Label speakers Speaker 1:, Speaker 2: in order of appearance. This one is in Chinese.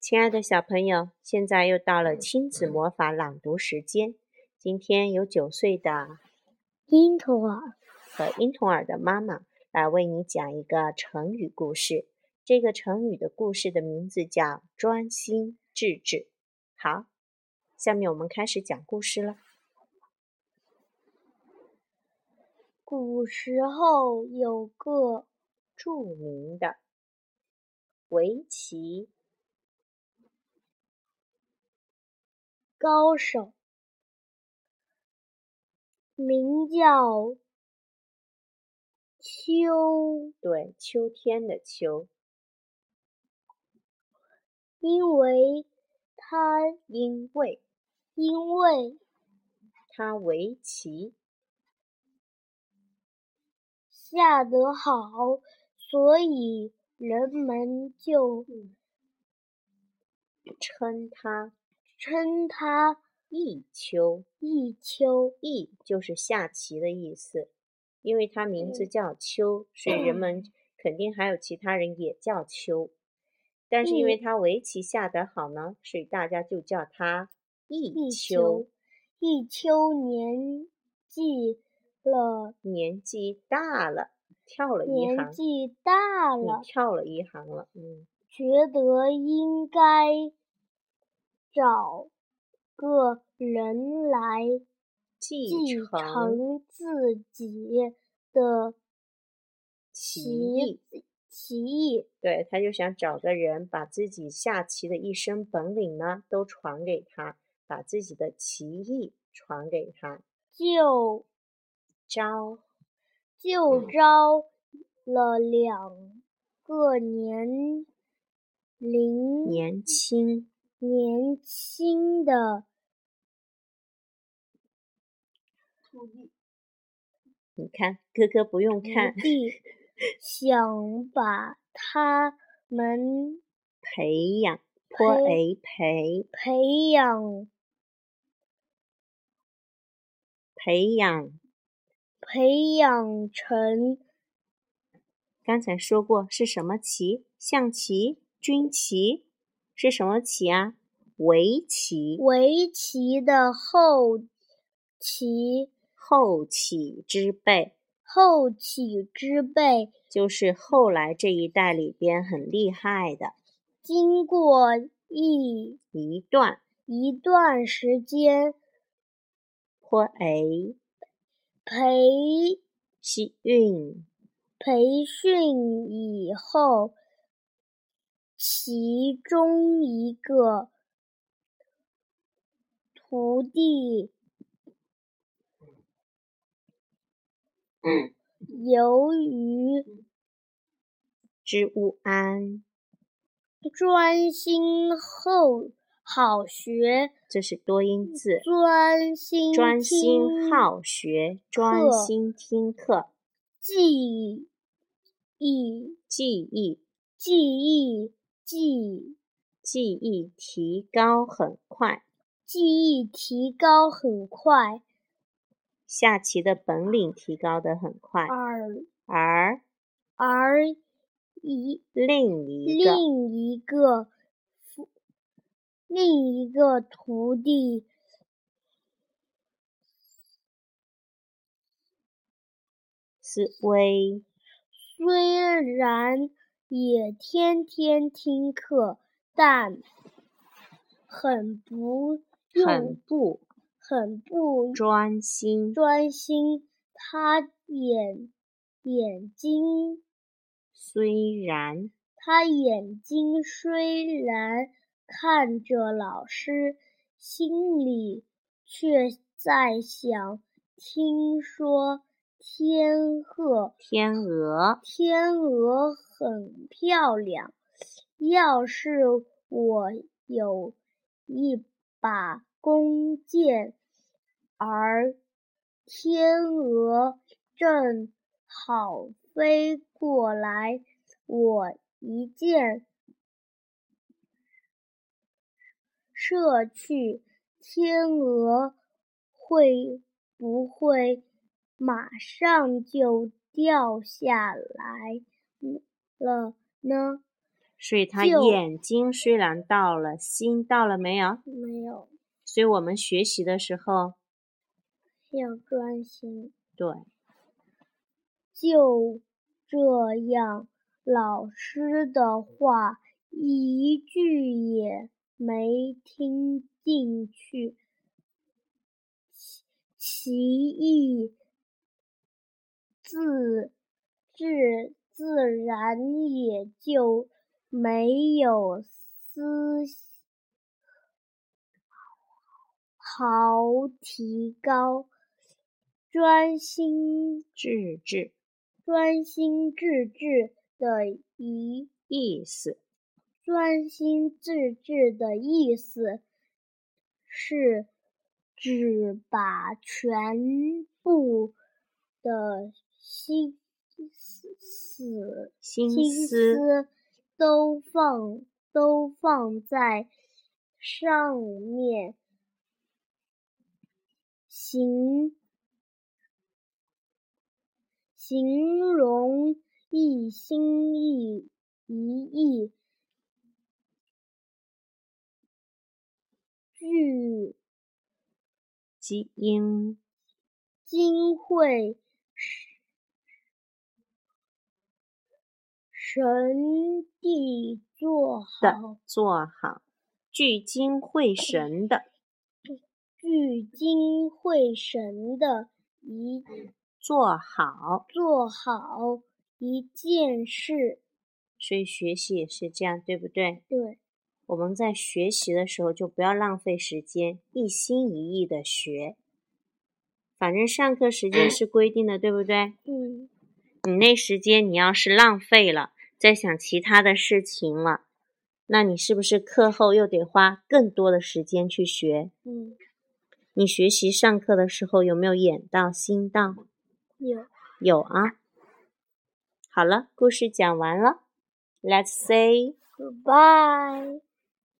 Speaker 1: 亲爱的小朋友，现在又到了亲子魔法朗读时间。今天有九岁的
Speaker 2: 樱桃儿
Speaker 1: 和婴童儿的妈妈来为你讲一个成语故事。这个成语的故事的名字叫《专心致志》。好，下面我们开始讲故事了。
Speaker 2: 古时候有个
Speaker 1: 著名的围棋
Speaker 2: 高手，名叫秋，
Speaker 1: 对秋天的秋，
Speaker 2: 因为他
Speaker 1: 因为
Speaker 2: 因为
Speaker 1: 他围棋
Speaker 2: 下得好，所以人们就
Speaker 1: 称他
Speaker 2: 称他
Speaker 1: 弈秋，
Speaker 2: 一秋。
Speaker 1: 弈就是下棋的意思，因为它名
Speaker 2: 嗯
Speaker 1: 字叫秋，所以人 们肯定还有其他人也叫秋，但是因为
Speaker 2: 弈
Speaker 1: 他围棋下得好呢，所以大家就叫他弈
Speaker 2: 弈
Speaker 1: 秋
Speaker 2: 秋。一秋年纪了，
Speaker 1: 年纪大了，跳了一
Speaker 2: 年
Speaker 1: 行，嗯
Speaker 2: 纪大了
Speaker 1: 你，跳了一行了，嗯，
Speaker 2: 觉得应该找个人来
Speaker 1: 继
Speaker 2: 继
Speaker 1: 承
Speaker 2: 承自己的
Speaker 1: 棋
Speaker 2: 棋
Speaker 1: 艺，
Speaker 2: 子棋艺。
Speaker 1: 对，他就想找个人把自己下棋的一身本领呢都传给他，把自己的棋艺传给他。
Speaker 2: 就
Speaker 1: 招嗯
Speaker 2: 就招了两个年龄
Speaker 1: 年轻
Speaker 2: 年轻的
Speaker 1: 你看，哥哥不用
Speaker 2: 徒
Speaker 1: 看，
Speaker 2: 弟，想把他们
Speaker 1: 培养或
Speaker 2: 培
Speaker 1: 培培
Speaker 2: 培养
Speaker 1: 培养，
Speaker 2: 培养成
Speaker 1: 刚才说过是什么棋？象棋、军棋是什么棋啊？围棋、
Speaker 2: 围棋的后棋
Speaker 1: 后起之辈，
Speaker 2: 后起之辈，
Speaker 1: 就是后来这一代里边很厉害的
Speaker 2: 经过一
Speaker 1: 一段
Speaker 2: 一段时间
Speaker 1: 或培
Speaker 2: 培
Speaker 1: 是运
Speaker 2: 培训以后，其中一个徒弟由于
Speaker 1: 之物安，
Speaker 2: 专心后好学，
Speaker 1: 这是嗯多音字。
Speaker 2: 专心
Speaker 1: 专心
Speaker 2: 听
Speaker 1: 好学，专
Speaker 2: 课
Speaker 1: 心听课，
Speaker 2: 记忆
Speaker 1: 记忆
Speaker 2: 记忆记
Speaker 1: 记忆提高很快，
Speaker 2: 记忆提高很快，
Speaker 1: 下棋的本领提高得很快，
Speaker 2: 而
Speaker 1: 而
Speaker 2: 而一
Speaker 1: 另一个
Speaker 2: 另一个父另一个徒弟
Speaker 1: 思维
Speaker 2: 虽然也天天听课，但很不
Speaker 1: 很
Speaker 2: 用
Speaker 1: 不
Speaker 2: 很不
Speaker 1: 专心，
Speaker 2: 专心，他眼眼睛
Speaker 1: 虽然
Speaker 2: 他眼睛虽然看着老师，心里却在想：听说天鹤、
Speaker 1: 天鹅
Speaker 2: 天鹅很漂亮，要是我有一把弓箭，而天鹅正好飞过来，我一箭射去，天鹅会不会马嗯上就掉下来了呢？
Speaker 1: 所以他
Speaker 2: 就
Speaker 1: 眼睛虽然到了，心到了没有？
Speaker 2: 没有
Speaker 1: 所以我们学习的时候，
Speaker 2: 要专心。
Speaker 1: 对，
Speaker 2: 就这样，老师的话一句也没听进去。其其意自自自然也就没有思豪提高，专心
Speaker 1: 智智
Speaker 2: 专心致志的一
Speaker 1: 意思，
Speaker 2: 专心致志的意思是指把全部的心思
Speaker 1: 心
Speaker 2: 心
Speaker 1: 思
Speaker 2: 思都放都放在上面，形形容一心一一意，聚
Speaker 1: 基因
Speaker 2: 精会神地做
Speaker 1: 的
Speaker 2: 好，
Speaker 1: 做好，聚精会神的
Speaker 2: 聚精会神的一
Speaker 1: 做好。
Speaker 2: 做好一件事。
Speaker 1: 所以学习也是这样，对不对？
Speaker 2: 对，
Speaker 1: 我们在学习的时候就不要浪费时间，一心一意的学。反正上课时间是规定的，对不对？
Speaker 2: 嗯，
Speaker 1: 你那时间你要是浪费了，在想其他的事情了，那你是不是课后又得花更多的时间去学？
Speaker 2: 嗯，
Speaker 1: 你学习上课的时候有没有眼到心到？
Speaker 2: 有
Speaker 1: 有啊。好了，故事讲完了，Let's say。
Speaker 2: ，Goodbye。